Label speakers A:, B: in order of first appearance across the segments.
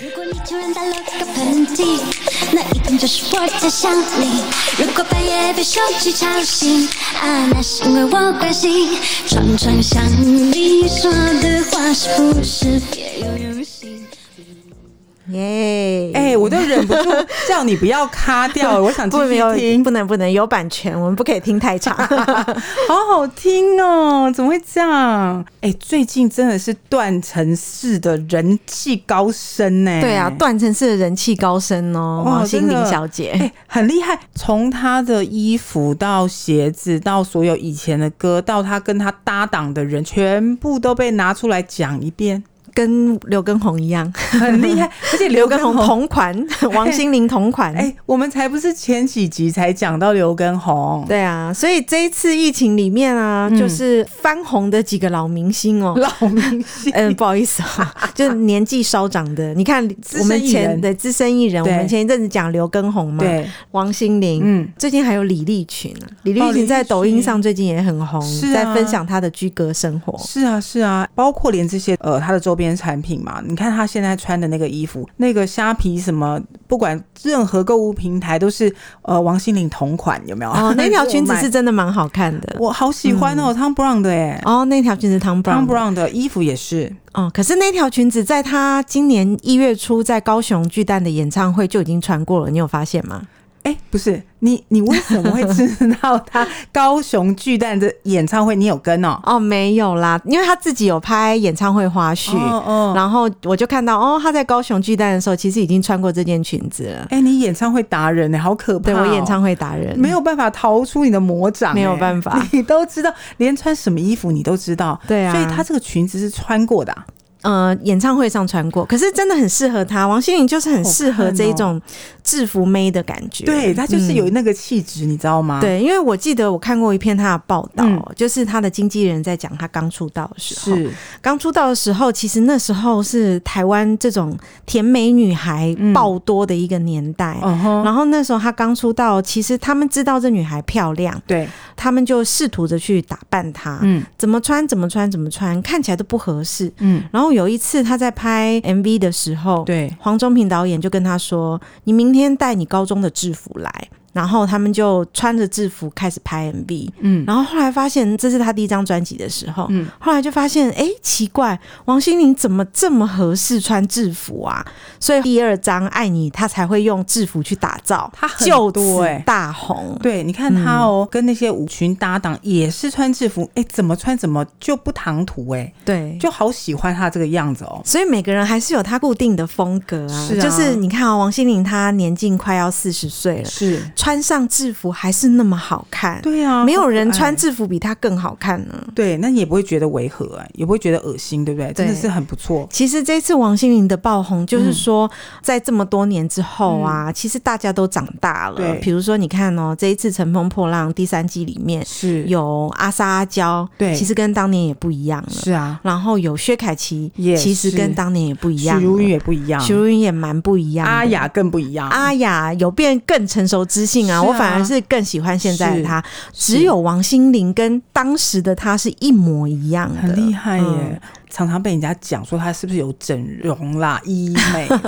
A: 如果你突然打了个喷嚏，那一定就是我在想你。如果半夜被手机吵醒，啊，那是因为我关心。常常想你说的话是不是别有用心？
B: 耶、
C: 哎、我都忍不住 叫你不要卡 掉，我想继
B: 不没有
C: 续听
B: 不，能不能有版权，我们不可以听太 长。
C: 好好听哦，怎么会这样？哎、最近真的是断层式的人气高升呢、
B: 对啊，断层式的人气高升哦，
C: 哇
B: 王心
C: 哎真
B: 凌
C: 的
B: 小姐。
C: 哎、很厉害！从她的衣服到鞋子，到所有以前的歌，到她跟她搭档的人，全部都被拿出来讲 一遍，
B: 跟刘畊宏一样，
C: 很厉 害。而且刘
B: 刘畊
C: 畊
B: 宏
C: 宏，
B: 同款，王心凌同款。
C: 哎、我们才不是前几集才讲到刘畊宏，
B: 对啊，所以这一次疫情里面啊，
C: 嗯
B: 就是翻红的几个老明星哦。
C: 老明星，
B: 嗯，不好意思 啊、就是年纪稍长的，你看
C: 资
B: 我们
C: 深艺
B: 前
C: 人
B: 的资深艺人，我
C: 对
B: 们前一阵子讲刘畊宏嘛，
C: 对，
B: 王心凌，
C: 嗯
B: 最近还有李立群啊，李立
C: 哦李
B: 群
C: 立
B: 在抖音
C: 群
B: 上最近也很红，
C: 是啊
B: 在分享她的居格生活。
C: 是啊，是啊，包括连这些呃，他的周边产品嘛，你看他现在穿的那个衣服，那个虾皮什么，不管任何购物平台都是呃王心凌同款，有没有？
B: 哦，那条裙子
C: 我买
B: 是真的蛮好看的。嗯
C: 我好喜欢哦、汤 t o m Brown 的哎、
B: 哦，那条裙子 Tom
C: t o
B: Brown
C: m
B: 的
C: Brown 的衣服也是，
B: 哦，可是那条裙子在她今年一月初在高雄巨蛋的演唱会就已经穿过了，你有发现吗？
C: 哎、不是你，你为什么会知道他高雄巨蛋的演唱会？你有跟哦、
B: 哦，没有啦，因为她自己有拍演唱会花絮，
C: 哦哦
B: 然后我就看到哦，她在高雄巨蛋的时候其实已经穿过这件裙子了。
C: 哎、你演唱会达人呢、欸好可怕、
B: 对
C: 哦
B: 我演唱。会达人
C: 没有办法逃出你的魔掌、哎
B: 没有办法
C: 你都知道，连穿什么衣服你都知道，
B: 对啊
C: 所以她这个裙子是穿过的啊、
B: 呃，演唱会上穿过，可是真的很适合她。王心凌就是很适合这一种制服妹的感觉，
C: 对，她
B: 嗯
C: 就是有那个气质，你知道吗？，
B: 对，因为我记得我看过一篇她的报道，
C: 嗯
B: 就是她的经纪人在讲她刚出道的时候，
C: 是，
B: 刚出道的时候，其实那时候是台湾这种甜美女孩爆多的一个年代。
C: 嗯哼，
B: 然后那时候她刚出道，其实他们知道这女孩漂亮，
C: 对，
B: 他们就试图着去打扮她，
C: 嗯
B: 怎么穿怎么穿怎么穿，看起来都不合适。
C: 嗯，
B: 然后有一次她在拍 MV 的时候，
C: 对，
B: 黄宗平导演就跟她说：“你明天带你高中的制服来。”然后他们就穿着制服开始拍 MV。
C: 嗯
B: 然后后来发现这是她第一张专辑的时候，
C: 嗯
B: 后来就发现，哎，奇怪，王心凌怎么这么合适穿制服啊？所以第二张《爱你》，她才会用制服去打造，
C: 她很
B: 就
C: 多
B: 此
C: 欸
B: 大红。
C: 对，你看
B: 嗯
C: 她哦，跟那些舞裙搭档也是穿制服，哎、怎么穿怎么就不唐突、哎，
B: 对
C: 就好喜欢她这个样子哦。
B: 所以每个人还是有他固定的风格啊，
C: 是啊
B: 就是你看啊、王心凌她年近快要四十岁了，
C: 是，
B: 穿上制服还是那么好看，、
C: 对啊，
B: 没有人
C: 好可爱
B: 穿。制服比她更好看呢。
C: 对，那你也不会觉得违和、哎，也不会觉得恶心，对不对？真的
B: 对
C: 是很不错。
B: 其实这次王心凌的爆红，就是说、在这么多年之后啊，其实大家都长大了
C: 嗯对。
B: 比如说，你看哦，这一次《乘风破浪》第三季里面
C: 是
B: 有阿莎阿娇，
C: 对
B: 其实跟当年也不一样了。
C: 是啊，
B: 然后有薛凯琪，
C: 也
B: 其实
C: 是
B: 跟当年也不一
C: 许
B: 样了。
C: 茹芸也不一样，
B: 许茹芸也蛮不一样的。
C: 阿雅更不一啊样。
B: 阿雅有变更成熟知性啊，
C: 是啊
B: 我反而是更喜欢现在的她。
C: 是
B: 只有王心凌跟当时的她是一模一样的，
C: 很厉害耶，
B: 嗯
C: 常常被人家讲说她是不是有整容 啦、医美啦，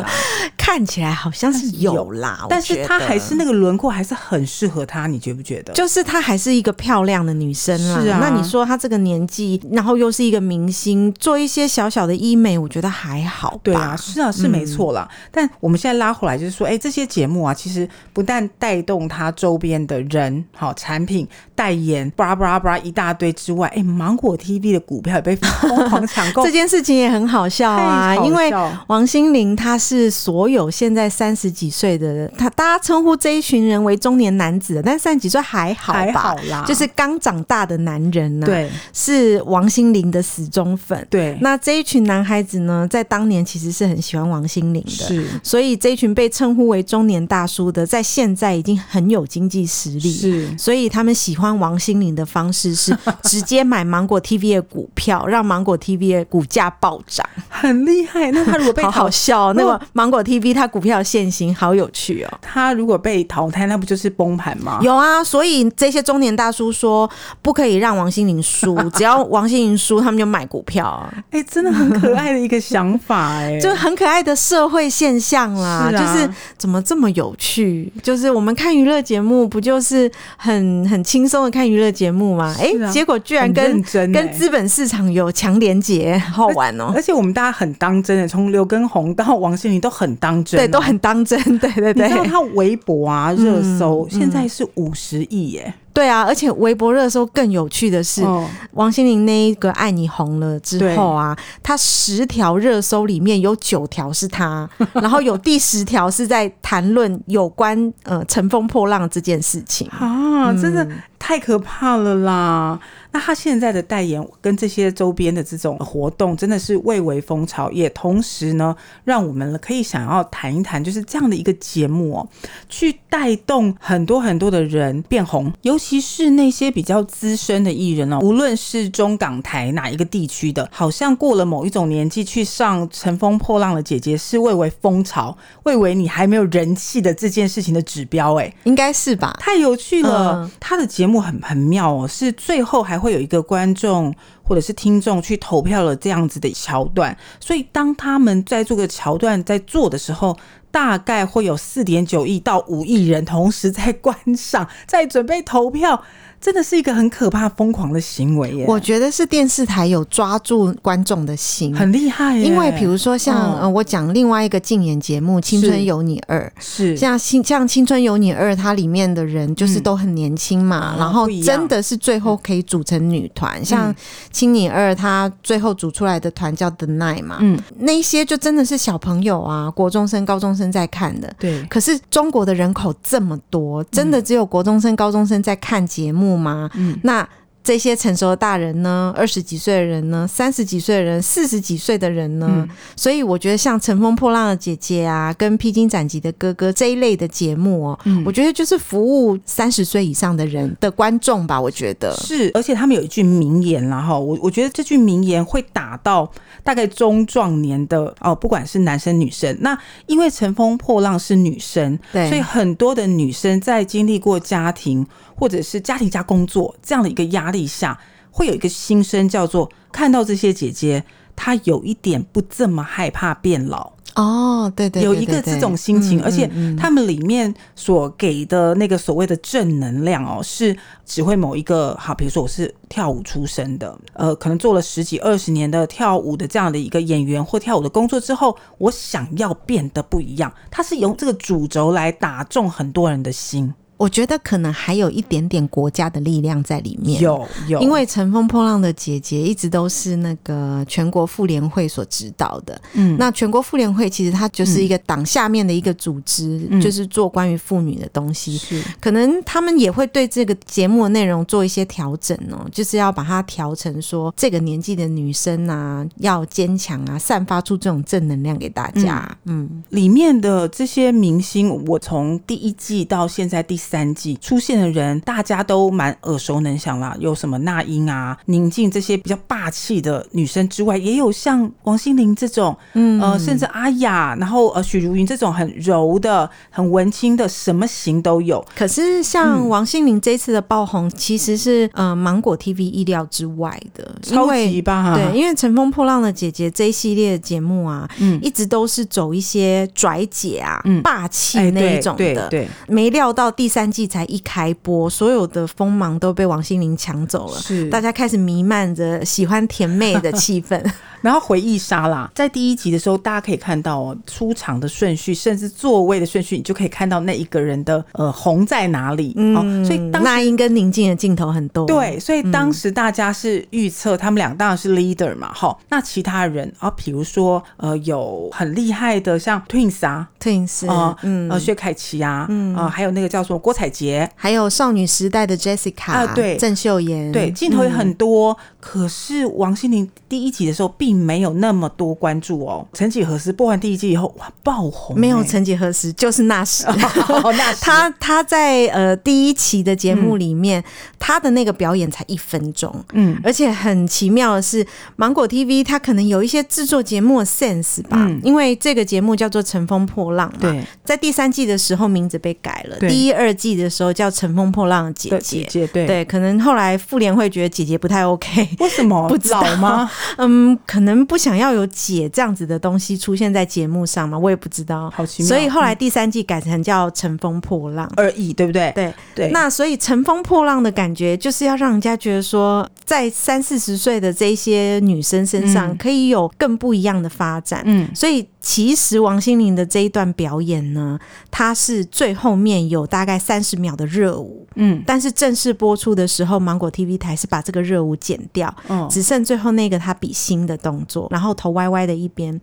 B: 看起来好像是有啦，
C: 但是她还是
B: 那。
C: 那个轮廓还是很适合她，你觉不觉得？
B: 就是她还是一个漂亮的女生啦，
C: 是啊
B: 那你说她这个年纪，然后又是一个明星，做一些小小的医美，我觉得还好吧。
C: 对啊，是啊，是没错啦。但我们现在拉回来，就是说，哎、这些节目啊，其实不但带动它周边的人、好产品代言，巴拉巴拉巴拉一大堆之外，哎、芒果 TV 的股票也被疯狂抢够
B: 这件事情也很好笑啊，
C: 太好笑
B: 因为王心凌她是所有现在三十几岁的人，她大家称呼这一群人为中年男子，但三十几岁还好吧，
C: 还好啦，
B: 就是刚长大的男人呐、，
C: 对
B: 是王心凌的死忠粉。
C: 对，
B: 那这一群男孩子呢，在当年其实是很喜欢王心凌的。
C: 是
B: 所以这一群被称呼为中年大叔的，在现在已经很有经济实力，
C: 是
B: 所以他们喜欢王心凌的方式是直接买芒果 TV 的股票，让芒果 TV 的股价暴涨，
C: 很厉害。那他如果被
B: 好好
C: 淘，
B: 笑、哦。那
C: 如
B: 个芒果 TV 它股票现行好有趣哦。
C: 他如果被淘汰，那不就是崩盘吗？
B: 有啊，所以这些中年大叔说不可以让王心凌输，只要王心凌输，他们就买股票、啊，
C: 哎、真的很可爱的一个想法哎、
B: 就很可爱的社会现象啦。
C: 是啊
B: 就是怎么这么有趣？就是我们看娱乐节目，不就是很很轻松的看娱乐节目吗？哎、
C: 是啊
B: 结果居然
C: 很
B: 跟
C: 认真欸
B: 跟资本市场有强连结，好玩哦、
C: 而且我们大家很当真的，从刘畊宏到王心凌都很当 真、
B: 对，都。很当真，对对嗯
C: 你知道
B: 对，
C: 他微博啊热搜、现在是五十亿耶，
B: 对啊！而且微博热搜更有趣的是，
C: 哦
B: 王心凌那一个“爱你”红了之后啊，她十条热搜里面有九条是她， 然后有第十条是在谈论有关呃乘风破浪这件事情。
C: 啊，真的太可怕了啦！那他现在的代言跟这些周边的这种活动，真的是蔚为风潮，也同时呢，让我们可以想要谈一谈，就是这样的一个节目哦，去带动很多很多的人变红，尤其是那些比较资深的艺人哦，无论是中港台哪一个地区的，好像过了某一种年纪去上《乘风破浪的姐姐》，是蔚为风潮，蔚为你还没有人气的这件事情的指标，哎。
B: 应该是吧？
C: 太有趣了
B: 嗯！
C: 他的节目很很妙哦，是最后还会有一个观众或者是听众去投票了这样子的桥段，所以当他们在这个桥段在做的时候。大概会有四点九亿到五亿人同时在观赏，在准备投票，真的是一个很可怕、疯狂的行为耶！
B: 我觉得是电视台有抓住观众的心。
C: 很厉害耶，
B: 因为比如说像、
C: 嗯
B: 呃，我讲另外一个竞演节目《青春有你二》，
C: 是
B: 像青像《青春有你二》，它里面的人就是都很年轻嘛，
C: 嗯
B: 然后
C: 不一样嗯
B: 真的是最后可以组成女团，像《青你二》，它最后组出来的团叫 The Night 嘛，
C: 嗯，
B: 那些就真的是小朋友啊，国中生、高中生在看的。
C: 对，
B: 可是中国的人口这么多，真的只有国中生、高中生在看节目吗？
C: 嗯
B: 那这些成熟的大人呢？二十几岁的人呢？三十几岁的人？四十几岁的人呢？
C: 嗯
B: 所以我觉得像《乘风破浪的姐姐》啊，跟《披荆斩棘的哥哥》这一类的节目哦，
C: 嗯
B: 我觉得就是服务三十岁以上的人的观众吧。我觉得
C: 是，而且他们有一句名言啦哈，我我觉得这句名言会打到大概中壮年的哦，不管是男生女生。那因为《乘风破浪》是女生，
B: 对
C: 所以很多的女生在经历过家庭或者是家庭加工作这样的一个压力下，会有一个心声叫做看到这些姐姐。她有一点不这么害怕变老，
B: 哦，对对嗯
C: 有一个这种心情，而且他们里面所给的那个所谓的正能量哦，是只会某一个好，比如说我是跳舞出身的，呃，可能做了十几二十年的跳舞的这样的一个演员或跳舞的工作之后，我想要变得不一样，他是由这个主轴来打中很多人的心，
B: 我觉得可能还有一点点国家的力量在里面。
C: 有有，
B: 因为《乘风破浪的姐姐》一直都是那个全国妇联会所指导的。
C: 嗯
B: 那全国妇联会其实它就是一个党下面的一个组织，
C: 嗯
B: 就是做关于妇女的东西。
C: 是
B: 可能他们也会对这个节目的内容做一些调整哦，就是要把它调成说这个年纪的女生啊，要坚强啊，散发出这种正能量给大家。嗯，
C: 里面的这些明星，我从第一季到现在第三季出现的人，大家都蛮耳熟能详啦。有什么那英啊、宁静这些比较霸气的女生之外，也有像王心凌这种，嗯呃，甚至阿雅，然后呃许茹芸这种很柔的、很文青的，什么型都有。
B: 可是像王心凌这次的爆红，其实是呃芒果 TV 意料之外的，因
C: 超
B: 为
C: 级吧？
B: 对，因为《乘风破浪的姐姐》这一系列的节目啊，
C: 嗯
B: 一直都是走一些拽姐啊、
C: 嗯
B: 霸气
C: 哎，
B: 那一
C: 对
B: 种的。
C: 对对，
B: 没料到第三季才一开播，所有的锋芒都被王心凌抢走了，
C: 是
B: 大家开始弥漫着喜欢甜妹的气 氛。
C: 然后回忆杀啦，在第一集的时候，大家可以看到哦，出场的顺序，甚至座位的顺序，你就可以看到那一个人的呃红在哪里、哦。所以
B: 嗯
C: 当
B: 那嗯英跟宁静的镜头很多，
C: 对，所以当时大家是预测他们俩当然是 leader 嘛，哈、那其他人啊，比如说呃，有很厉害的像 Twins 啊，
B: ，Twins，、
C: 啊、
B: 嗯，
C: 呃，薛凯琪啊，嗯，啊、还有那个叫什么郭采洁，
B: 还有少女时代的 Jessica，、
C: 啊对
B: 郑秀妍，嗯
C: 对，镜头也很多。可是王心凌第一集的时候并没有那么多关注哦。曾几何时播完第一季以后，哇，爆红、
B: 没有
C: 欸
B: 曾几何时，就是那时。
C: 哦那时
B: 他他在呃第一期的节目里面，他的那个表演才一分钟，
C: 嗯
B: 嗯，而且很奇妙的是，芒果 TV 它可能有一些制作节目的 sense 吧，
C: 嗯
B: 因为这个节目叫做《乘风破浪》嘛，
C: 对，
B: 在第三季的时候名字被改了，
C: 对
B: 第一二季的时候叫《乘风破浪的姐
C: 对
B: 姐》
C: 姐姐对。
B: 对，可能后来妇联会觉得姐姐不太 OK，
C: 为什么
B: 不知道
C: 老吗？
B: 嗯，可能不想要有姐这样子的东西出现在节目上嘛，我也不知道。
C: 好奇妙嗯
B: 所以后来第三季改成叫《乘风破浪》。
C: 而已，对不对？
B: 对，
C: 对
B: 那所以乘风破浪的感觉，就是要让人家觉得说，在三四十岁的这些女生身上，
C: 嗯
B: 可以有更不一样的发展。
C: 嗯
B: 所以其实王心凌的这一段表演呢，它是最后面有大概三十秒的热舞，
C: 嗯，
B: 但是正式播出的时候，芒果 TV 台是把这个热舞剪掉，
C: 哦，
B: 只剩最后那个他比心的动作，然后头歪歪的一边，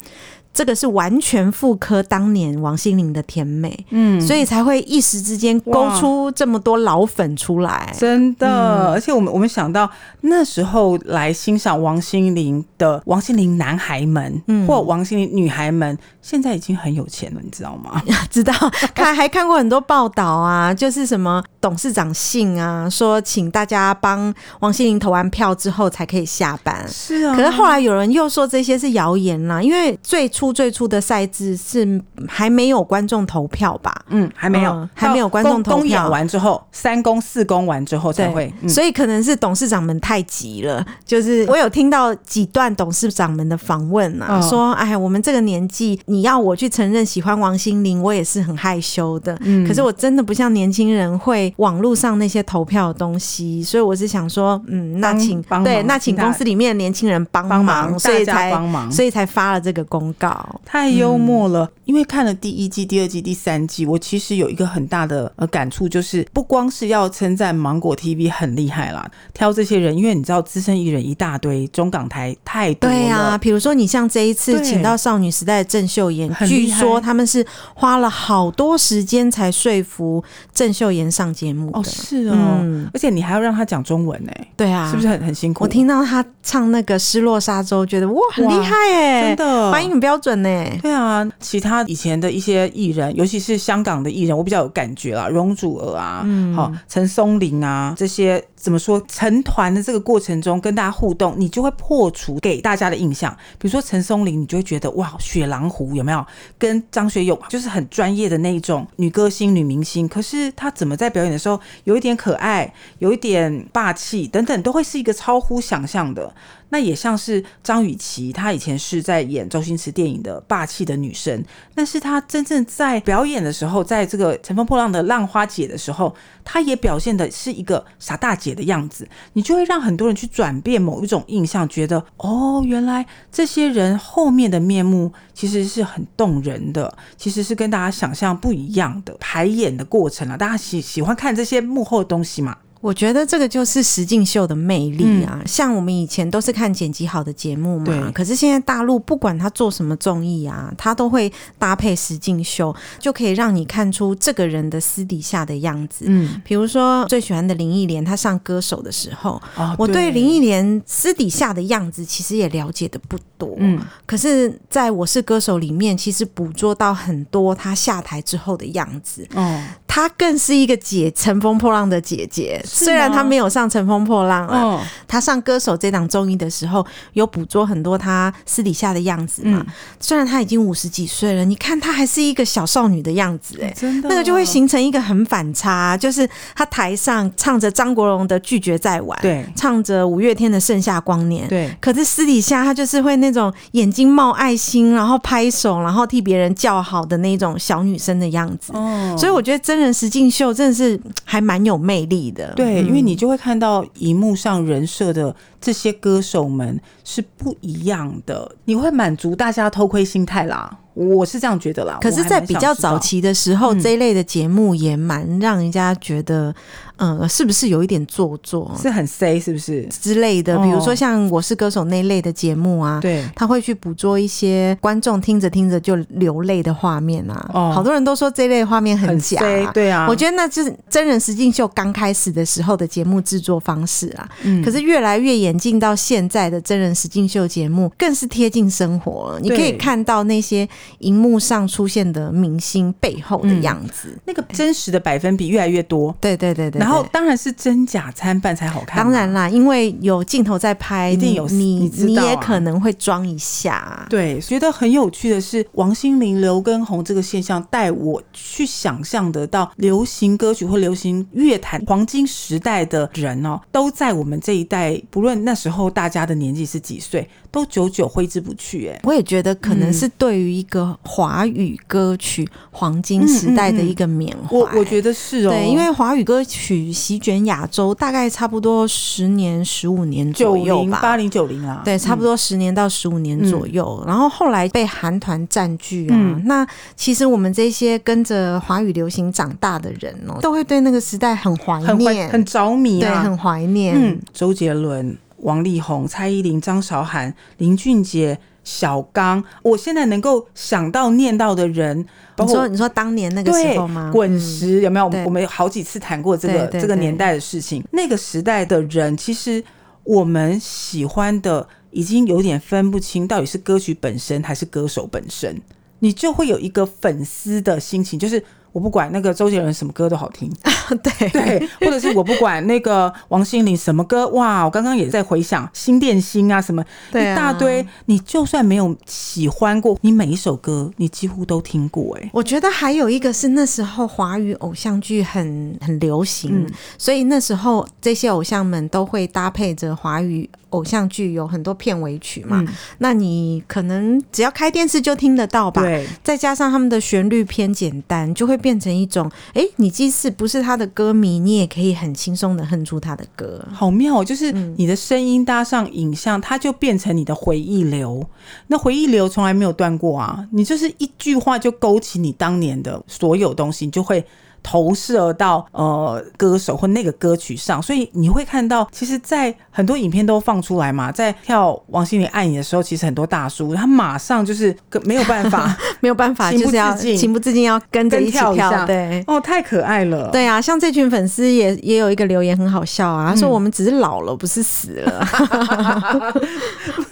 B: 这个是完全复刻当年王心凌的甜美，
C: 嗯，
B: 所以才会一时之间勾
C: 哇
B: 出这么多老粉出来。
C: 真的，
B: 嗯
C: 而且我们我们想到那时候来欣赏王心凌的王心凌男孩们，
B: 嗯
C: 或王心凌女孩们，现在已经很有钱了，你知道吗？
B: 知道看还看过很多报道啊，就是什么董事长信啊，说请大家帮王心凌投完票之后才可以下班。
C: 是 啊
B: 可是后来有人又说这些是谣言啦，因为最初最初的赛制是还没有观众投票吧？
C: 嗯，还没有，
B: 嗯还没有观众
C: 公
B: 投
C: 公
B: 票
C: 演完之后，三公四公完之后才会
B: 对，，
C: 嗯
B: 所以可能是董事长们太急了。就是我有听到几段董事长们的访问啊，
C: 嗯
B: 说：“哎，我们这个年纪，你要我去承认喜欢王心凌，我也是很害羞的。
C: 嗯
B: 可是我真的不像年轻人会网络上那些投票的东西，所以我是想说，嗯，那
C: 帮
B: 请
C: 帮忙
B: 对，那请
C: 大家
B: 公司里面的年轻人帮
C: 帮忙
B: 所以
C: 大家
B: 才
C: 帮忙
B: 所以才发了这个公告。
C: 太幽默了，嗯因为看了第一季、第二季、第三季，我其实有一个很大的呃感触，就是不光是要称赞芒果 TV 很厉害啦，挑这些人，因为你知道资深艺人一大堆，中港台太多了，
B: 对啊，比如说你像这一次
C: 对
B: 请到少女时代的郑秀妍，
C: 很
B: 据
C: 厉害
B: 说他们是花了好多时间才说服郑秀妍上节目的。
C: 哦是哦，
B: 嗯
C: 而且你还要让他讲中文呢、
B: 对啊，
C: 是不是？很很辛苦？
B: 我听到她唱那个《失落沙洲》，觉得哇，很厉害耶，
C: 真的
B: 发音很标准呢。
C: 对啊，其他以前的一些艺人，尤其是香港的艺人，我比较有感觉啦，容祖儿啊，好、陈松伶啊，这些怎么说？成团的这个过程中跟大家互动，你就会破除给大家的印象。比如说陈松伶，你就会觉得哇，雪狼湖有没有？跟张学友就是很专业的那一种女歌星、女明星，可是她怎么在表演的时候有一点可爱，有一点霸气等等，都会是一个超乎想象的。那也像是张雨绮，她以前是在演周星驰电影的霸气的女生，但是她真正在表演的时候，在这个《乘风破浪的浪花姐》的时候，她也表现的是一个傻大姐的样子，你就会让很多人去转变某一种印象，觉得哦，原来这些人后面的面目其实是很动人的，其实是跟大家想象不一样的排演的过程啊，大家喜喜欢看这些幕后的东西嘛，
B: 我觉得这个就是实境秀的魅力啊！像我们以前都是看剪辑好的节目嘛
C: 对，
B: 可是现在大陆不管他做什么综艺啊，他都会搭配实境秀，就可以让你看出这个人的私底下的样子。
C: 嗯，
B: 比如说最喜欢的林忆莲，她上歌手的时候，
C: 哦
B: 我对林忆莲私底下的样子其实也了解的不多。
C: 嗯，
B: 可是在《我是歌手》里面，其实捕捉到很多她下台之后的样子。
C: 哦，
B: 她更是一个姐乘风破浪的姐姐，
C: 是吗
B: 虽然她没有上乘风破浪啊，
C: 哦，
B: 她上歌手这档综艺的时候，有捕捉很多她私底下的样子
C: 嗯
B: 嘛。虽然她已经五十几岁了，你看她还是一个小少女的样子、欸，
C: 真的哦
B: 那个就会形成一个很反差，就是他台上唱着张国荣的《拒绝再玩》，
C: 对
B: 唱着五月天的《盛夏光年》，
C: 对。
B: 可是私底下他就是会那种眼睛冒爱心，然后拍手，然后替别人叫好的那种小女生的样子。
C: 哦
B: 所以我觉得真人实境秀真的是嗯还蛮有魅力的。嗯
C: 对，因为你就会看到荧幕上人设的这些歌手们是不一样的，你会满足大家偷窥心态啦。我是这样觉得啦。
B: 可是，
C: 我还
B: 在
C: 蛮
B: 比
C: 想
B: 较
C: 知道
B: 早，期的时候，
C: 嗯
B: 这一类的节目也蛮让人家觉得，呃，是不是有一点做作
C: 是很 say 是 不是？
B: 之类的？比如说
C: 哦
B: 像《我是歌手》那一类的节目啊，
C: 对，
B: 他会去捕捉一些观众听着听着就流泪的画面啊。
C: 哦
B: 好多人都说这类画面很假、
C: 塞对啊，
B: 我觉得那就是真人实境秀刚开始的时候的节目制作方式啊。
C: 嗯
B: 可是越来越演进到现在的真人实境秀节目，更是贴近生活了。你可以
C: 对
B: 看到那些荧幕上出现的明星背后的样子。
C: 那个真实的百分比越来越多，
B: 对对对对
C: 嗯然后
B: 对
C: 当然是真假参半才好看嘛。
B: 当然啦，因为有镜头在拍，
C: 一定有
B: 你
C: 你知
B: 你
C: 道啊
B: 也可能会装一下啊、
C: 对，觉得很有趣的是，王心凌、刘畊宏这个现象带我去想象得到，流行歌曲或流行乐坛黄金时代的人哦，都在我们这一代，不论那时候大家的年纪是几岁，都久久挥之不去。哎，
B: 我也觉得可能是
C: 嗯
B: 对于一个华语歌曲黄金时代的一个缅怀、
C: 嗯我我觉得是哦，
B: 对，因为华语歌曲席卷亚洲，大概差不多十年、十五年
C: 九
B: 左右
C: 零八
B: 吧。
C: 零九零啊，
B: 对，差不多十年到十五年左右，然后后来被韩团占据啊。
C: 嗯
B: 那其实我们这些跟着华语流行长大的人哦，都会对那个时代很怀
C: 嗯、很怀
B: 念，
C: 很着迷
B: 对，
C: 啊，
B: 很怀念。
C: 嗯，周杰伦、王力宏、蔡依林、张韶涵、林俊杰、小刚，我现在能够想到念到的人，包
B: 你
C: 括
B: 说你说当年那个时
C: 对
B: 候吗？
C: 滚
B: 嗯
C: 石有没有？我
B: 对
C: 们我们好几次谈过这个
B: 对对
C: 这个
B: 对
C: 年代的事情。那个时代的人，其实我们喜欢的已经有点分不清，到底是歌曲本身还是歌手本身。你就会有一个粉丝的心情，就是我不管那个周杰伦什么歌都好 听，
B: 嗯对
C: 对，或者是我不管那个王心凌什么歌，哇，我刚刚也在回想新电心啊什么
B: 对啊
C: 一大堆，你就算没有喜欢过，你每一首歌你几乎都听过、哎，
B: 我觉得还有一个是那时候华语偶像剧很很流行，所以那时候这些偶像们都会搭配着华语偶像剧有很多片尾曲
C: 嗯
B: 嘛。那你可能只要开电视就听得到吧。
C: 对，
B: 再加上他们的旋律偏简单，就会变成一种，诶，你即使不是他的歌迷，你也可以很轻松的哼出他的歌。
C: 好妙哦！就是你的声音搭上影像，它就变成你的回忆流。那回忆流从来没有断过啊！你就是一句话就勾起你当年的所有东西，你就会投射到呃歌手或那个歌曲上。所以你会看到，其实，在很多影片都放出来嘛，在跳王心凌《爱你》的时候，其实很多大叔他马上就是跟没有办法
B: 没有办法，
C: 情不
B: 就是要
C: 自禁
B: 情不自禁要跟着一
C: 跟
B: 起
C: 跳一下，
B: 对，
C: 哦，太可爱了，
B: 对啊，像这群粉丝也也有一个留言很好笑啊，他说我们只是老了，不是死了。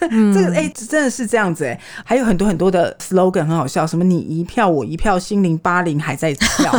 C: 这个哎、真的是这样子哎、还有很多很多的 slogan 很好笑，什么你一票我一票，心灵八零还在 跳，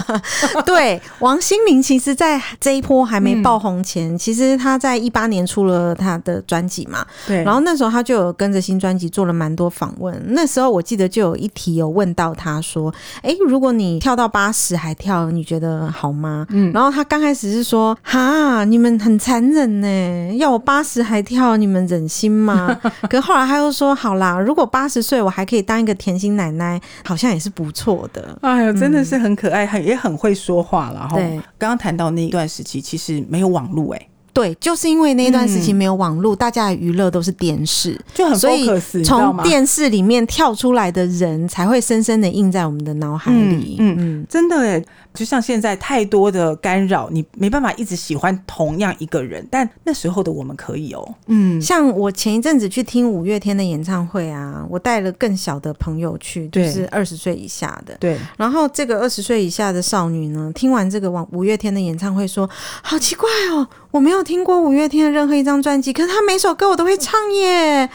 B: 对，王心凌其实在这一波还没爆红前，其实她在一八年出了她的专辑嘛，
C: 对，
B: 然后那时候她就有跟着新专辑做了蛮多访问。那时候我记得就有一题有问到她说：“哎、如果你跳到八十还跳，你觉得好吗？”嗯，然后她刚开始是说：“哈，你们很残忍呢、要我八十还跳，你们忍心吗？” 可后来她又说：“好啦，如果八十岁我还可以当一个甜心奶奶，好像也是不错的。”
C: 哎呦，真的是很可爱，很也很会说话了哈。
B: 嗯对
C: 刚刚谈到那一段时期，其实没有网络哎、
B: 对，就是因为那一段时
C: 嗯
B: 期没有网络，大家的娱乐都是电视，
C: 就很
B: 所以
C: focus，你知道
B: 从
C: 吗？嗯
B: 电视里面跳出来的人才会深深的印在我们的脑海里。
C: 嗯
B: 嗯
C: 真的哎，就像现在太多的干扰，你没办法一直喜欢同样一个人，但那时候的我们可以哦，嗯，
B: 像我前一阵子去听五月天的演唱会啊，我带了更小的朋友去，就
C: 对
B: 是二十岁以下的。
C: 对，
B: 然后这个二十岁以下的少女呢，听完这个王五月天的演唱会说，好奇怪哦，我没有听过五月天的任何一张专辑，可是她每首歌我都会唱 耶。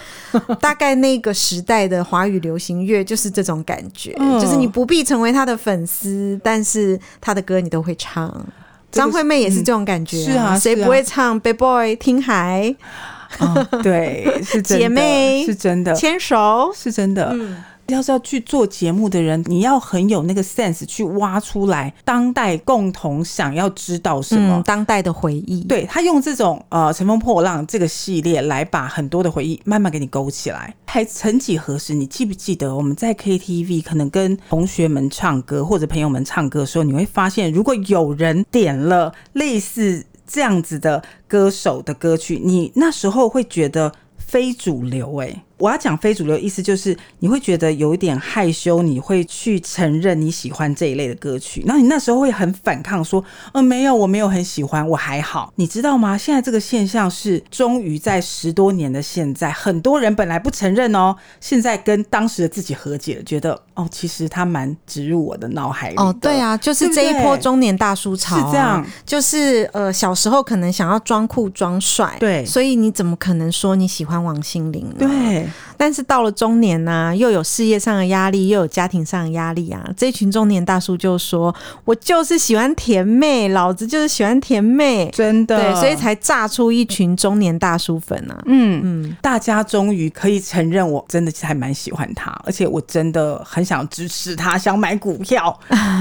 B: 大概那个时代的华语流行乐就是这种感觉，
C: 嗯
B: 就是你不必成为她的粉丝，但是她的歌你都会唱。
C: 这个
B: 张
C: 是
B: 惠妹也是这种感觉、
C: 嗯是啊
B: 谁
C: 是啊
B: 不会唱《Bad Boy》《听海
C: 啊对，是真的
B: 姐妹
C: 是真的，》
B: 《牵手》？
C: 是真的。要是要去做节目的人，你要很有那个 sense 去挖出来当代共同想要知道什么。
B: 嗯，当代的回忆，，
C: 对他用这种呃《乘风破浪》这个系列来把很多的回忆慢慢给你勾起来。还曾几何时，你记不记得我们在 KTV 可能跟同学们唱歌或者朋友们唱歌的时候，你会发现，如果有人点了类似这样子的歌手的歌曲，你那时候会觉得非主流哎、我要讲非主流，意思就是你会觉得有一点害羞，你会去承认你喜欢这一类的歌曲，然后你那时候会很反抗，说：“呃，没有，我没有很喜欢，我还好。”你知道吗？现在这个现象是，终于在十多年的现在，很多人本来不承认哦，现在跟当时的自己和解了，觉得哦，其实他蛮植入我的脑海里的
B: 哦，对，啊，就是这一
C: 对不
B: 波
C: 对
B: 中年大叔潮、啊
C: 是这样，
B: 就是呃，小时候可能想要装酷装帅，
C: 对
B: 所以你怎么可能说你喜欢王心凌呢？，
C: 对，
B: 但是到了中年呢、又有事业上的压力，又有家庭上的压力啊，这群中年大叔就说：“我就是喜欢甜妹，老子就是喜欢甜妹。”
C: 真的，
B: 对，所以才炸出一群中年大叔粉啊！
C: 嗯嗯，大家终于可以承认，我真的还蛮喜欢他，而且我真的很想支持他，想买股 票，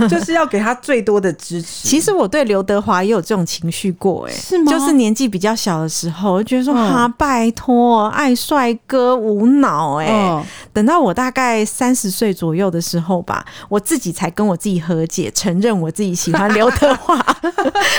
C: 就是要给他最多的支持。
B: 其实我对刘德华也有这种情绪过、欸，
C: 是吗
B: 就是年纪比较小的时候，我就觉得说，
C: 嗯
B: 哈、拜托，爱帅哥无脑、欸，哎、
C: 嗯
B: 等到我大概三十岁左右的时候吧，我自己才跟我自己和解，承认我自己喜欢刘德 华。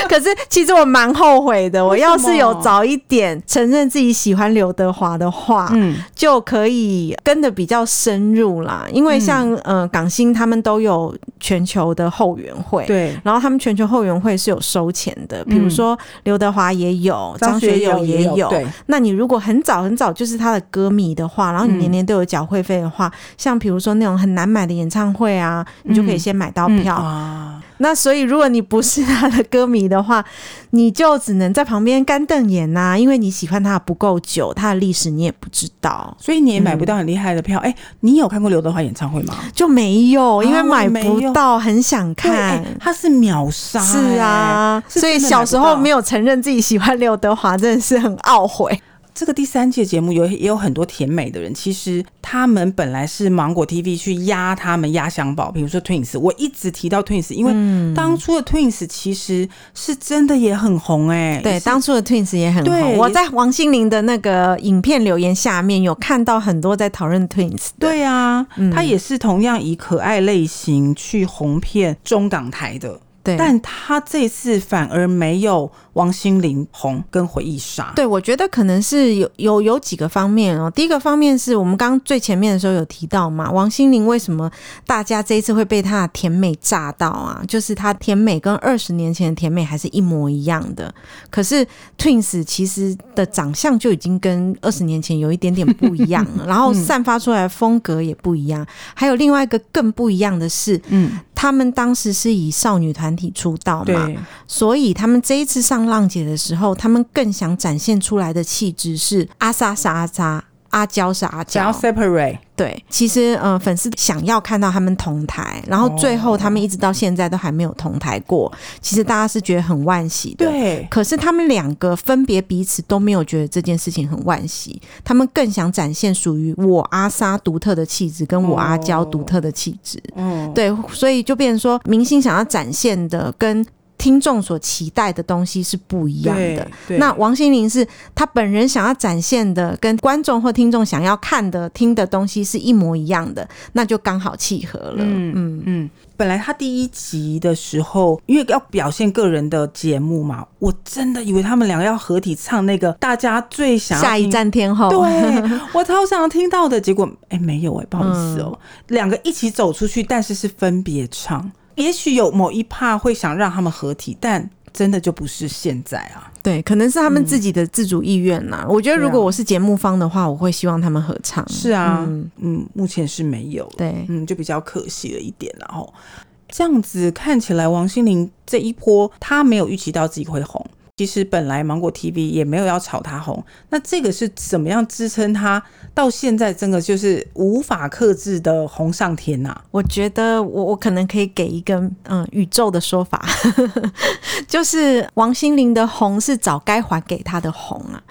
B: 可是其实我蛮后悔的，我
C: 为什么
B: 要是有早一点承认自己喜欢刘德华的话，
C: 嗯，
B: 就可以跟的比较深入啦。因
C: 嗯
B: 为像、呃港星他们都有全球的后援会，
C: 对，
B: 然后他们全球后援会是有收钱的，比如
C: 嗯
B: 说刘德华也有，张学友也
C: 也有对
B: 那你如果很早很早就是他的歌迷的话，然后你
C: 嗯
B: 年年都有缴会费的话，像比如说那种很难买的演唱会啊，你就可以先买到票。
C: 啊，
B: 那所以如果你不是他的歌迷的话， 你就只能在旁边干瞪眼呐、因为你喜欢他不够久，他的历史你也不知道。
C: 所以你也买不到很厉害的票。
B: 嗯
C: 哎、你有看过刘德华演唱会吗？
B: 就没有，因为
C: 啊
B: 买
C: 没
B: 不
C: 有
B: 到，很想
C: 对，哎
B: 看。
C: 他是秒杀、
B: 是啊，
C: 哎
B: 所以小时候没。
C: 是真的买不到
B: 有承认自己喜欢刘德华，真的是很懊 悔。
C: 这个第三届节目有也有很多甜美的人，其实他们本来是芒果 TV 去压他们压箱宝，比如说 Twins，我一直提到 Twins，因
B: 嗯
C: 为当初的 Twins 其实是真的也很红哎、
B: 对，
C: 是
B: 当初的 Twins 也很红。
C: 对
B: 我在王心凌的那个影片留言下面有看到很多在讨论 Twins 的。嗯
C: 对啊，他也是同样以可爱类型去红遍中港台的，
B: 对，
C: 但他这次反而没有王心凌红跟回忆杀，
B: 对，我觉得可能是有有有几个方面哦。第一个方面是我们刚刚最前面的时候有提到嘛，王心凌为什么大家这一次会被她的甜美炸到啊？就是她甜美跟二十年前的甜美还是一模一样的，可是 Twins 其实的长相就已经跟二十年前有一点点不一样了，然后散发出来的风格也不一样。还有另外一个更不一样的是，
C: 嗯，
B: 他们当时是以少女团体出道嘛，
C: 对，
B: 所以他们这一次上浪姐的时候，他们更想展现出来的气质是阿莎是阿莎，阿娇是阿
C: 想要
B: 娇。
C: separate，
B: 对，其实呃，粉丝想要看到他们同台，然后最后他们一直到现在都还没有同台过，其实大家是觉得很惋惜的。
C: 对，
B: 可是他们两个分别彼此都没有觉得这件事情很惋惜，他们更想展现属于我阿莎独特的气质，跟我阿
C: 哦
B: 娇独特的气质。
C: 嗯，
B: 对，所以就变成说，明星想要展现的跟听众所期待的东西是不一样的。
C: 对
B: 那王心凌是她本人想要展现的，跟观众或听众想要看的、听的东西是一模一样的，那就刚好契合了。嗯
C: 嗯，本来他第一集的时候，因为要表现个人的节目嘛，我真的以为他们两个要合体唱那个大家最想要
B: 下一
C: 听。
B: 站哦天后，
C: 对，我超想听到的结果，哎、没有哎、不好意思哦、
B: 嗯
C: 两、个一起走出去，但是是分别唱。也许有某一趴会想让他们合体，但真的就不是现在啊。
B: 对，可能是他们自己的自主意愿啦。我觉得如果我是节目方的话，我会希望他们合唱。
C: 是啊，
B: 嗯
C: 嗯目前是没有的，
B: 对
C: 嗯，就比较可惜了一点啦，然后这样子看起来，王心凌这一波她没有预期到自己会红。其实本来芒果 TV 也没有要炒她红，那这个是怎么样支撑她到现在真的就是无法克制的红上天呐、
B: 我觉得我我可能可以给一个嗯宇宙的说法， 就是王心凌的红是早该还给她的红啊，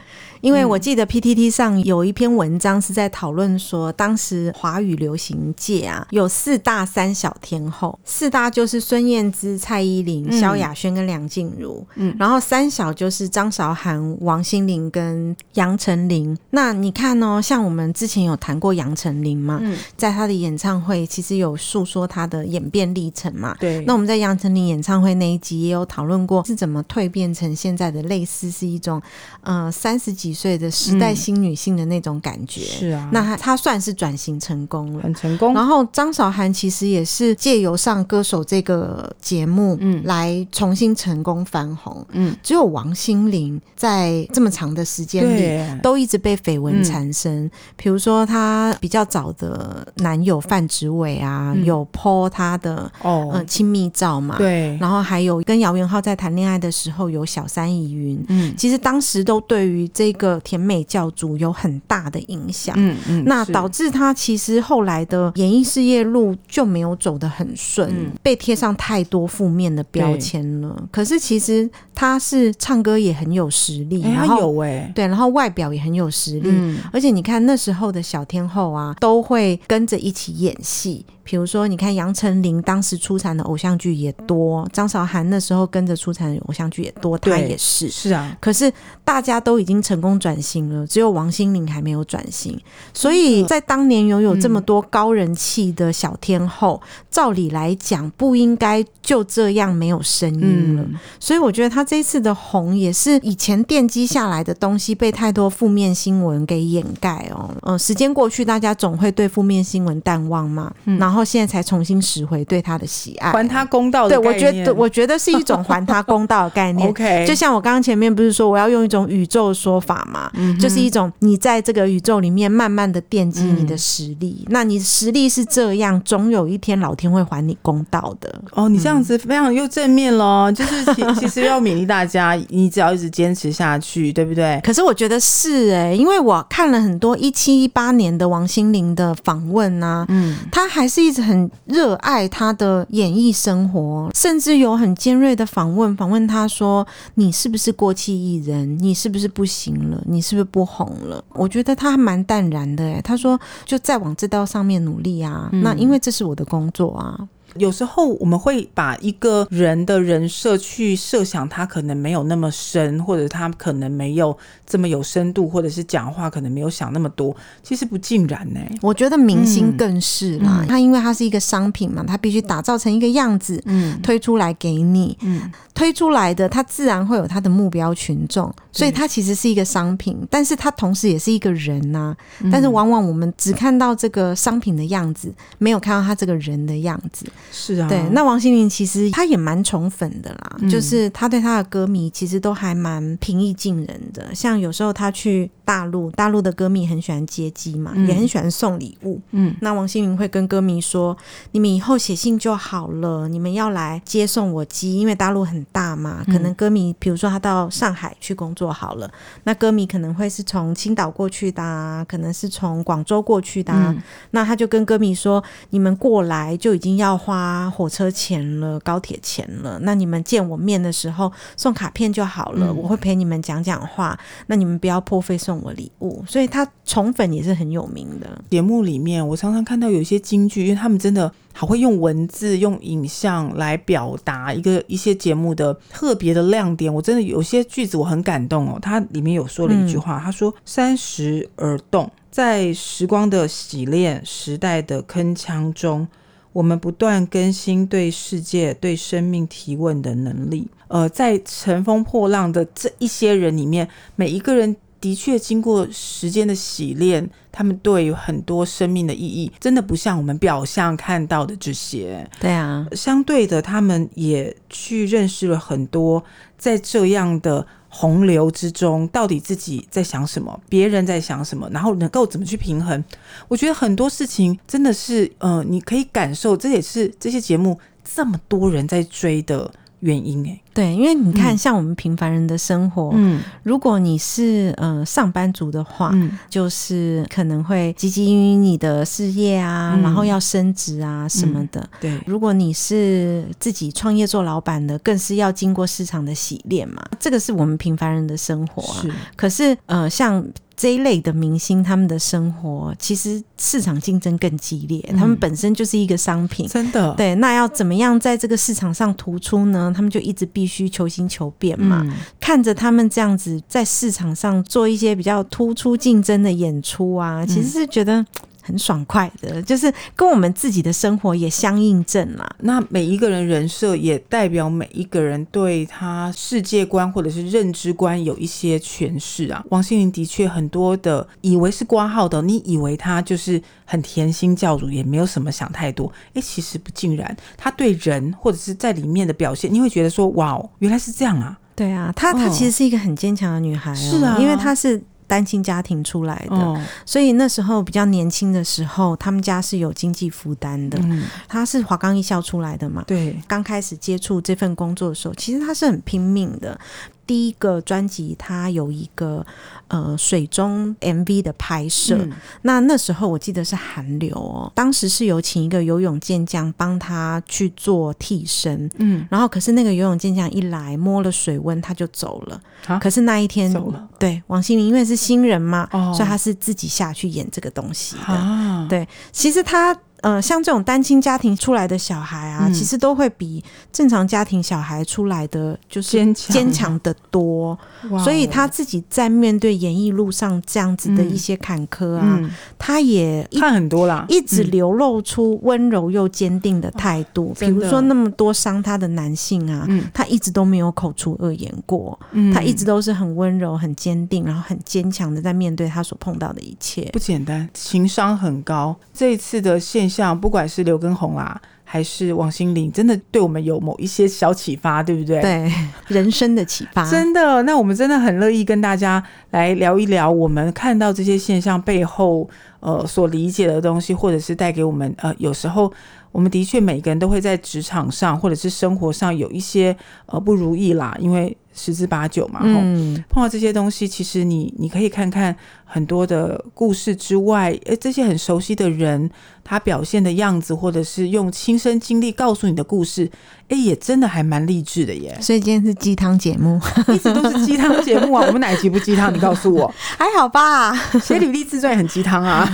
B: 因为我记得 PTT 上有一篇文章是在讨论说，当时华语流行界啊有四大三小天后，四大就是孙燕姿、蔡依林、
C: 嗯
B: 萧亚轩跟梁静茹，
C: 嗯
B: 然后三小就是张韶涵、王心凌跟杨丞琳。那你看哦，像我们之前有谈过杨丞琳嘛，
C: 嗯
B: 在她的演唱会其实有诉说她的演变历程嘛，
C: 对，
B: 那我们在杨丞琳演唱会那一集也有讨论过，是怎么蜕变成现在的类似是一种呃三十几岁的时代新女性的那种感觉。
C: 是啊，
B: 那她她算是转型成功了。
C: 很成功。
B: 然后张韶涵其实也是借由上歌手这个节目，
C: 嗯
B: 来重新成功翻红。
C: 嗯，
B: 只有王心凌在这么长的时间里，
C: 对，嗯
B: 都一直被绯闻缠身。比如说，她比较早的男友范植伟啊，
C: 嗯
B: 有 po 她的
C: 哦
B: 呃，亲密照嘛，，
C: 对，
B: 然后还有跟姚元浩在谈恋爱的时候有小三疑云，
C: 嗯
B: 其实当时都对于这个甜美教主有很大的影响。
C: 嗯嗯，
B: 那
C: 是
B: 导致他其实后来的演艺事业路就没有走得很顺，
C: 嗯
B: 被贴上太多负面的标签了。可是其实他是唱歌也很有实力，
C: 哎，
B: 然
C: 他
B: 后
C: 有哎，
B: 对，然后外表也很有实力，
C: 嗯
B: 而且你看那时候的小天后啊，都会跟着一起演戏。比如说，你看杨丞琳当时出产的偶像剧也多，张韶涵那时候跟着出产的偶像剧也多，她
C: 对
B: 也是。
C: 是啊，
B: 可是大家都已经成功转型了，只有王心凌还没有转型。所以
C: 嗯
B: 在当年拥有这么多高人气的小天后，照理来讲不应该就这样没有声音了。
C: 嗯，
B: 所以我觉得他这一次的红也是以前奠基下来的东西被太多负面新闻给掩盖哦。嗯、时间过去，大家总会对负面新闻淡忘嘛，然后现在才重新拾回对他的喜爱。
C: 还他公道
B: 对，
C: 嗯的
B: 我
C: 概
B: 觉
C: 念
B: 得我觉得是一种还他公道的概 念。
C: OK，
B: 就像我刚刚前面不是说我要用一种宇宙说法嘛，就是一种你在这个宇宙里面慢慢的奠基你的实力。那你实力是这样，总有一天老天会还你公道的。
C: 哦，你这样子非常又正面咯， 就是其其实要勉励大家， 你只要一直坚持下去，对不对？
B: 可是我觉得是哎、因为我看了很多一七一八年的王心凌的访问啊，
C: 嗯，
B: 她还是一直很热爱她的演艺生活，甚至有很尖锐的访问，访问她说：“你是不是过气艺人？你是不是不行了？你是不是不红了？”我觉得她还蛮淡然的哎、她说：“就再往这道上面努力啊，
C: 嗯
B: 那因为这是我的工作啊。”
C: 有时候我们会把一个人的人设去设想，他可能没有那么深，或者他可能没有这么有深度，或者是讲话可能没有想那么多，其实不尽然呢、
B: 我觉得明星更是啦，他因为他是一个商品嘛，他必须打造成一个样子，
C: 嗯
B: 推出来给你，
C: 嗯
B: 推出来的它自然会有它的目标群众，所以它其实是一个商品，但是它同时也是一个人呐、
C: 嗯
B: 但是往往我们只看到这个商品的样子，没有看到他这个人的样子。
C: 是啊，
B: 对，那王心凌其实她也蛮宠粉的啦，就是她对她的歌迷其实都还蛮平易近人的。像有时候她去大陆，大陆的歌迷很喜欢接机嘛，也很喜欢送礼物。
C: 嗯，
B: 那王心凌会跟歌迷说：“你们以后写信就好了，你们要来接送我鸡，因为大陆很大嘛，可能歌迷，比如说他到上海去工作好了，那歌迷可能会是从青岛过去的、啊，可能是从广州过去的、啊，那他就跟歌迷说：你们过来就已经要花火车钱了、高铁钱了，那你们见我面的时候送卡片就好了，我会陪你们讲讲话，那你们不要破费送我礼物。所以他宠粉也是很有名的。”
C: 节目里面，我常常看到有一些京剧，因为他们真的好会用文字、用影像来表达一个一些节目的特别的亮点。我真的有些句子我很感动哦，它里面有说了一句话，他说：“三十而动，在时光的洗练、时代的铿锵中。”我们不断更新对世界、对生命提问的能力。呃，在乘风破浪的这一些人里面，每一个人的确经过时间的洗练，他们对很多生命的意义，真的不像我们表象看到的这些。
B: 对啊，
C: 相对的，他们也去认识了很多，在这样的洪流之中，到底自己在想什么，别人在想什么，然后能够怎么去平衡。我觉得很多事情真的是，呃，你可以感受，这也是这些节目这么多人在追的。原因哎、
B: 对，因为你看，像我们平凡人的生活，
C: 嗯
B: 如果你是呃上班族的话，
C: 嗯
B: 就是可能会汲汲营营你的事业啊，
C: 嗯
B: 然后要升职啊什么的。
C: 对，
B: 如果你是自己创业做老板的，更是要经过市场的洗练嘛。这个是我们平凡人的生活啊。
C: 是
B: 可是呃，像这一类的明星，他们的生活其实市场竞争更激烈，他们本身就是一个商品。
C: 嗯真的，
B: 对，那要怎么样在这个市场上突出呢？他们就一直必须求新求变嘛。
C: 嗯
B: 看着他们这样子在市场上做一些比较突出竞争的演出啊，
C: 嗯
B: 其实是觉得嘖很爽快的，就是跟我们自己的生活也相印证啦。
C: 那每一个人人设也代表每一个人对他世界观或者是认知观有一些诠释啊。王心凌的确很多的以为是挂号的，你以为她就是很甜心教主，也没有什么想太多。诶，其实不尽然，她对人或者是在里面的表现，你会觉得说哇哦，原来是这样啊。
B: 对啊，她她
C: 哦
B: 其实是一个很坚强的女孩、哦，
C: 是啊
B: 因为她是单亲家庭出来的，
C: 哦，
B: 所以那时候比较年轻的时候，他们家是有经济负担的。
C: 嗯，
B: 她是华冈艺校出来的嘛，
C: 对，
B: 刚开始接触这份工作的时候，其实他是很拼命的。第一个专辑，它有一个呃水中 MV 的拍摄，
C: 嗯
B: 那那时候我记得是韩流哦，当时是有请一个游泳健将帮他去做替身，
C: 嗯，
B: 然后可是那个游泳健将一来摸了水温他就走了，
C: 啊
B: 可是那一天
C: 走了
B: 对王心凌因为是新人嘛，
C: 哦
B: 嗯所以他是自己下去演这个东西的，
C: 啊，
B: 对，其实他呃，像这种单亲家庭出来的小孩啊，
C: 嗯
B: 其实都会比正常家庭小孩出来的就是
C: 坚强
B: 坚强的多。
C: 哇哦
B: 所以他自己在面对演艺路上这样子的
C: 嗯
B: 一些坎坷啊，
C: 嗯，
B: 他也一
C: 看很多啦，
B: 一直
C: 嗯
B: 流露出温柔又坚定的态度。比
C: 真的
B: 如说那么多伤他的男性啊，
C: 嗯
B: 他一直都没有口出恶言过，
C: 嗯
B: 他一直都是很温柔、很坚定，然后很坚强的在面对他所碰到的一切。
C: 不简单，情商很高。这一次的现象，不管是刘畊宏啊，还是王心凌，真的对我们有某一些小启发，对不对？。
B: 对啊人生的启发，
C: 真的，那我们真的很乐意跟大家来聊一聊我们看到这些现象背后，呃，所理解的东西，或者是带给我们，呃，有时候我们的确每个人都会在职场上或者是生活上有一些呃不如意啦，因为十之八九嘛，吼
B: 嗯，。
C: 碰到这些东西，其实你你可以看看很多的故事之外，诶，这些很熟悉的人他表现的样子，或者是用亲身经历告诉你的故事，诶，也真的还蛮励志的耶
B: 所以今天是鸡汤节目，
C: 一直都是鸡汤节目啊，我们哪一集不鸡汤？你告诉 我，
B: 还好吧？
C: 写履历自传也很鸡汤 啊，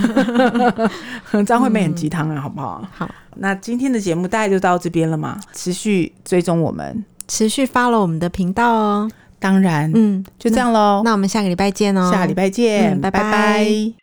C: 张惠妹很鸡汤啊，好不好？
B: 好，
C: 那今天的节目大概就到这边了嘛，持续追踪我们，
B: 持续 follow 我们的频道哦。
C: 当然、
B: 嗯，
C: 就这样喽
B: 那。我们下个礼拜见哦，
C: 下礼拜见，
B: 嗯拜
C: 拜
B: 拜
C: 拜